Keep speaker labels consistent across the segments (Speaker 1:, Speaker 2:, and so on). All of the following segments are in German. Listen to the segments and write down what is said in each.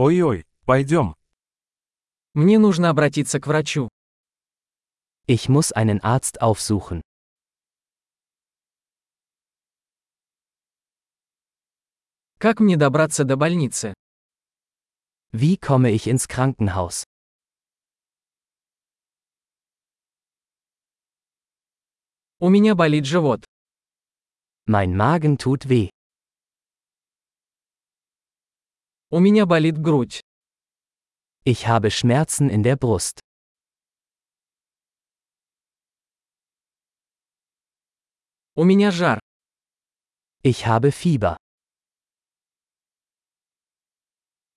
Speaker 1: Ой-ой, пойдем.
Speaker 2: Мне нужно обратиться к врачу.
Speaker 3: Ich muss einen Arzt aufsuchen.
Speaker 2: Как мне добраться до больницы?
Speaker 3: Wie komme ich ins Krankenhaus?
Speaker 2: У меня болит живот.
Speaker 3: Mein Magen tut weh.
Speaker 2: У меня болит грудь.
Speaker 3: Ich habe Schmerzen in der Brust.
Speaker 2: У меня жар.
Speaker 3: Ich habe Fieber.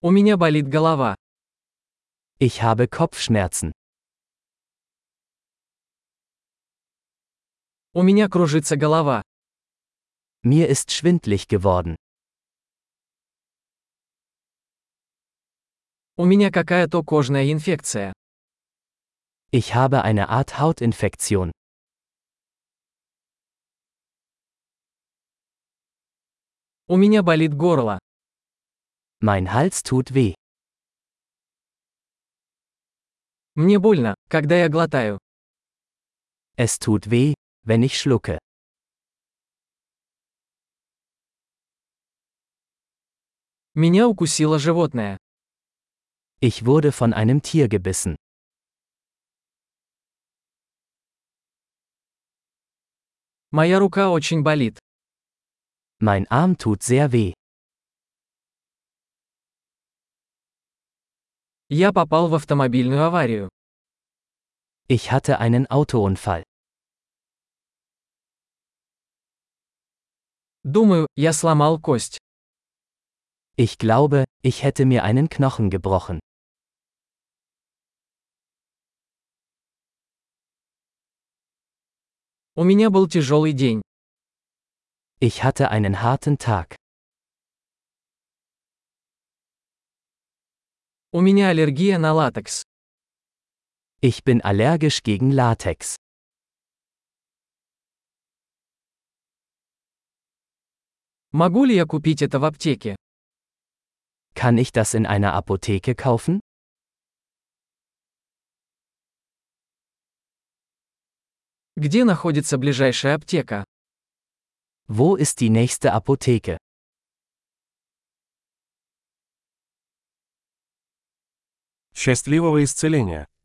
Speaker 2: У меня болит голова.
Speaker 3: Ich habe Kopfschmerzen.
Speaker 2: У меня кружится голова.
Speaker 3: Mir ist schwindlig geworden.
Speaker 2: У меня какая-то кожная инфекция.
Speaker 3: Ich habe eine Art Hautinfektion.
Speaker 2: У меня болит горло.
Speaker 3: Mein Hals tut weh.
Speaker 2: Мне больно, когда я глотаю.
Speaker 3: Es tut weh, wenn ich schlucke.
Speaker 2: Меня укусило животное.
Speaker 3: Ich wurde von einem Tier gebissen.
Speaker 2: Моя рука очень болит.
Speaker 3: Mein Arm tut sehr weh.
Speaker 2: Я попал в автомобильную аварию.
Speaker 3: Ich hatte einen Autounfall.
Speaker 2: Думаю, я сломал кость.
Speaker 3: Ich glaube, ich hätte mir einen Knochen gebrochen.
Speaker 2: У меня был тяжелый день.
Speaker 3: Ich hatte einen harten Tag.
Speaker 2: У меня аллергия на латекс.
Speaker 3: Ich bin allergisch gegen Latex.
Speaker 2: Могу ли я купить это в аптеке?
Speaker 3: Kann ich das in einer Apotheke kaufen?
Speaker 2: Где находится ближайшая аптека?
Speaker 3: Wo ist die nächste Apotheke?
Speaker 1: Счастливого исцеления!